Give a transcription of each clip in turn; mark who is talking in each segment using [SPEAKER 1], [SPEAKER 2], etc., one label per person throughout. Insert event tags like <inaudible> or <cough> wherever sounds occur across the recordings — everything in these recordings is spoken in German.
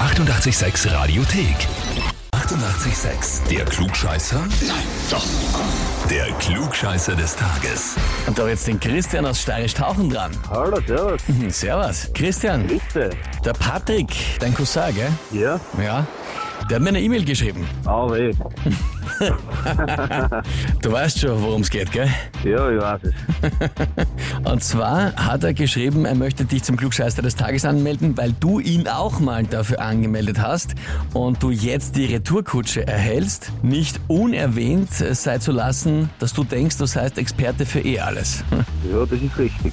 [SPEAKER 1] 886 Radiothek. 88,6. Der Klugscheißer? Nein, doch. Der Klugscheißer des Tages.
[SPEAKER 2] Und da habe ich jetzt den Christian aus Steirisch Tauchen dran.
[SPEAKER 3] Hallo, servus,
[SPEAKER 2] Hm, servus. Christian,
[SPEAKER 3] bitte.
[SPEAKER 2] der Patrick, dein Cousin, gell?
[SPEAKER 3] Ja,
[SPEAKER 2] Ja. Der hat mir eine E-Mail geschrieben.
[SPEAKER 3] au weh.
[SPEAKER 2] Du weißt schon, worum es geht, gell?
[SPEAKER 3] Ja, ich weiß es.
[SPEAKER 2] Und zwar hat er geschrieben, er möchte dich zum Klugscheißer des Tages anmelden, weil du ihn auch mal dafür angemeldet hast und du jetzt die Retourkutsche erhältst. Nicht unerwähnt äh, sei zu lassen, dass du denkst, du seist Experte für eh alles.
[SPEAKER 3] Ja, das ist richtig.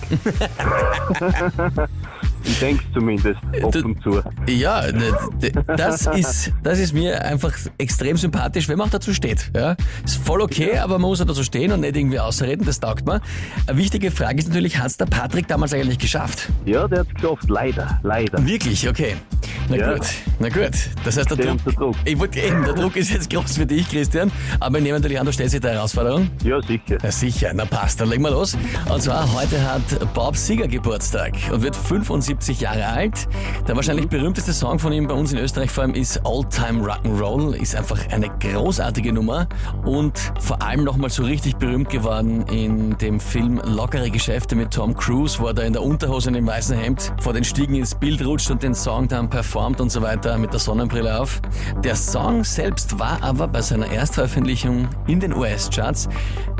[SPEAKER 3] ich denke zumindest ab
[SPEAKER 2] Du-
[SPEAKER 3] und zu.
[SPEAKER 2] Ja, d- d- das ist, das ist mir einfach extrem sympathisch, wenn man auch dazu steht. Ja? Ist voll okay, aber man muss auch dazu stehen und nicht irgendwie ausreden, das taugt mir. Eine wichtige Frage ist natürlich, hat's der Patrick damals eigentlich geschafft?
[SPEAKER 3] Ja, der hat es geschafft, leider, leider.
[SPEAKER 2] Wirklich, okay. Na
[SPEAKER 3] Ja.
[SPEAKER 2] gut, na gut. Das heißt, der
[SPEAKER 3] Steh
[SPEAKER 2] Druck,
[SPEAKER 3] unter Druck.
[SPEAKER 2] Ich wollte eben, der Druck ist jetzt groß für dich, Christian. Aber ich nehme natürlich an, du stellst dich der Herausforderung.
[SPEAKER 3] Ja, sicher.
[SPEAKER 2] Na sicher, na passt, dann legen wir los. Und zwar, heute hat Bob Seger Geburtstag und wird 75 Jahre alt. Der wahrscheinlich berühmteste Song von ihm bei uns in Österreich vor allem ist All Time Rock'n'Roll. Ist einfach eine großartige Nummer und vor allem nochmal so richtig berühmt geworden in dem Film Lockere Geschäfte mit Tom Cruise, wo er da in der Unterhose und im weißen Hemd vor den Stiegen ins Bild rutscht und den Song dann performt und so weiter mit der Sonnenbrille auf. Der Song selbst war aber bei seiner Erstveröffentlichung in den US-Charts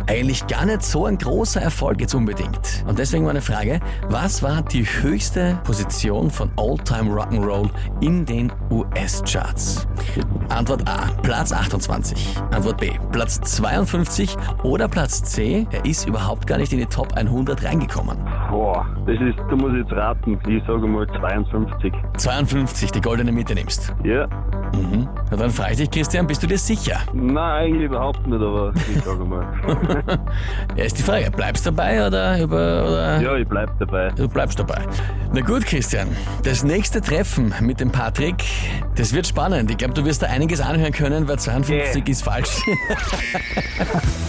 [SPEAKER 2] eigentlich gar nicht so ein großer Erfolg jetzt unbedingt. Und deswegen meine Frage, was war die höchste Position von All-Time Rock'n'Roll in den US-Charts? Antwort A, Platz 28. Antwort B, Platz 52 oder Platz C, er ist überhaupt gar nicht in die Top 100 reingekommen.
[SPEAKER 3] Boah, das ist, du musst jetzt raten. Ich sage mal 52.
[SPEAKER 2] 52, die goldene Mitte nimmst.
[SPEAKER 3] Ja,
[SPEAKER 2] Mhm. Na dann frage ich dich, Christian, bist du dir sicher?
[SPEAKER 3] nein, eigentlich überhaupt nicht, aber ich sage mal.
[SPEAKER 2] Ja, ist die Frage, bleibst dabei oder über... Oder?
[SPEAKER 3] Ja, ich bleib dabei.
[SPEAKER 2] Du bleibst dabei. Na gut, Christian. Das nächste Treffen mit dem Patrick, das wird spannend. Ich glaube, du wirst da einiges anhören können, weil 52 ist falsch. <laughs>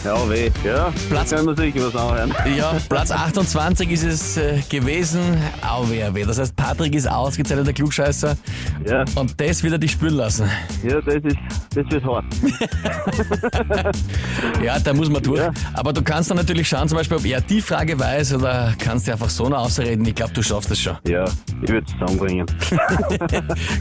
[SPEAKER 3] Ja, weh. Ja,
[SPEAKER 2] Platz-
[SPEAKER 3] Platz. können wir sicher was anhören.
[SPEAKER 2] ja, Platz 28 ist es äh, gewesen. Au weh, au weh. Das heißt, Patrick ist ausgezeichneter Klugscheißer.
[SPEAKER 3] Ja,
[SPEAKER 2] Und das wird er dich spüren lassen.
[SPEAKER 3] ja, das ist, das wird hart.
[SPEAKER 2] Ja, da muss man durch.
[SPEAKER 3] Ja.
[SPEAKER 2] Aber du kannst dann natürlich schauen, zum Beispiel, ob er die Frage weiß oder kannst dir einfach so noch ausreden. Ich glaube, du schaffst das schon.
[SPEAKER 3] Ja, ich würde es zusammenbringen.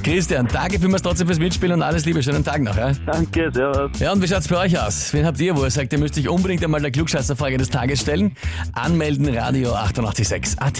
[SPEAKER 2] Christian, danke vielmals trotzdem fürs Mitspielen und alles Liebe. Schönen Tag noch. Ja?
[SPEAKER 3] Danke, servus.
[SPEAKER 2] Ja, und wie schaut's bei euch aus? Wen habt ihr, wo ihr sagt, ihr müsst euch unbedingt einmal der Klugscheißerfrage des Tages stellen? Anmelden, Radio 886 AT.